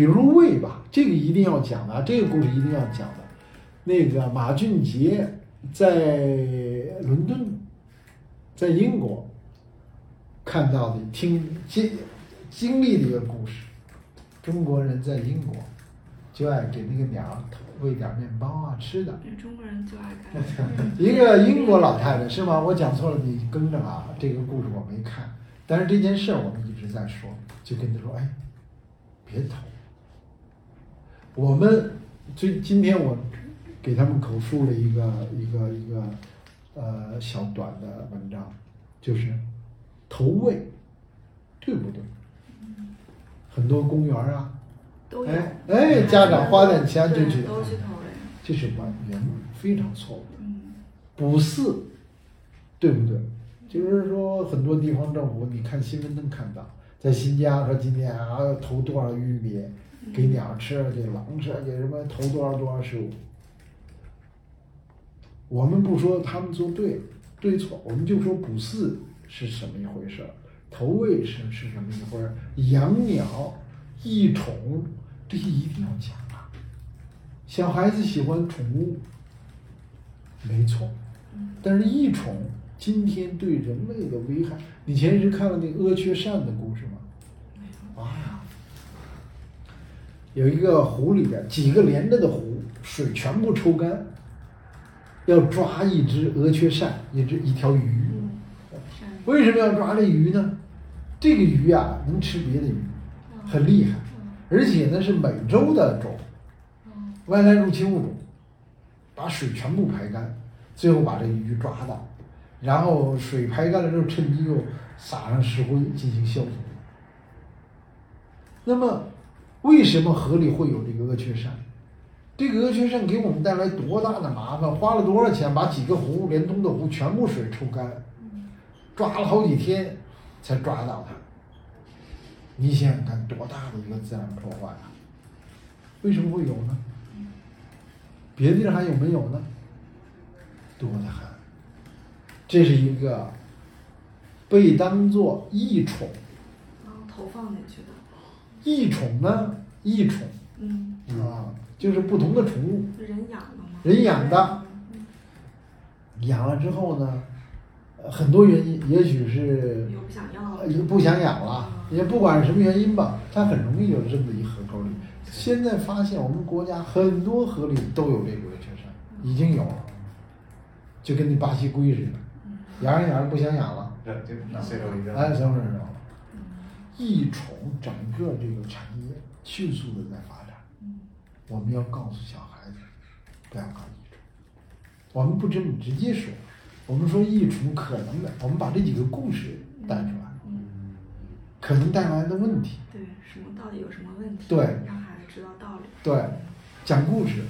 比如魏吧，这个一定要讲的，啊这个故事一定要讲的。那个马俊杰在伦敦，在英国看到的、听经经历的一个故事。中国人在英国就爱给那个鸟儿喂点儿面包啊吃的。。对中国人就爱看一个英国老太太是吗？我讲错了，你更正啊。这个故事我没看，但是这件事儿我们一直在说，就跟他说，哎，别投。我们最今天我给他们口述了一个一个一个呃小短的文章，就是投喂对不对？很多公园儿啊，都 有哎哎，家长花点钱就去对投都去投喂这是完全非常错误的。嗯，补四，对不对？就是说，很多地方政府，你看新闻能看到，在新疆说今年啊投多少玉米，给鸟吃，给狼吃，给什么投多少多少食物。我们不说他们做对对错，我们就说补饲是什么一回事儿，投喂是是什么一回事儿，养鸟、益宠，这些一定要讲啊。小孩子喜欢宠物，没错，但是益宠今天对人类的危害，你前一阵看了那个阿缺善的故事吗？啊，有一个湖里边几个连着的湖，水全部抽干，要抓一只阿缺善，一只一条鱼。善意为什么要抓这鱼呢？这个鱼啊，能吃别的鱼，很厉害，而且呢是美洲的种，嗯外来入侵物种，把水全部排干，最后把这鱼抓到，然后水排干了之后，趁机又撒上石灰进行消毒。那么，为什么河里会有这个阿缺扇？这个阿缺扇给我们带来多大的麻烦？花了多少钱把几个湖连通的湖全部水抽干？抓了好几天才抓到它。你想想看，多大的一个自然破坏啊！为什么会有呢？别的地儿还有没有呢？多得很。这是一个被当做异宠，然后投放进去的，异宠呢，异宠嗯，啊，就是不同的宠物，人养的吗？人养的，养了之后呢，呃很多原因，也许是嗯有不想要的，也不想养了，也不管什么原因吧，它很容易就扔到一河沟里。现在发现我们国家很多河里都有这个鹅雀山，已经有了，就跟那巴西龟似的，养着养着不想养了，对，就拿随手一扔。哎，想扔扔了。嗯异宠整个这个产业迅速的在发展，我们要告诉小孩子，不要搞异宠。我们不这么直接说，我们说异宠可能的，我们把这几个故事带出来。嗯，可能带来的问题。对，什么到底有什么问题？对让孩子知道道理。对，讲故事，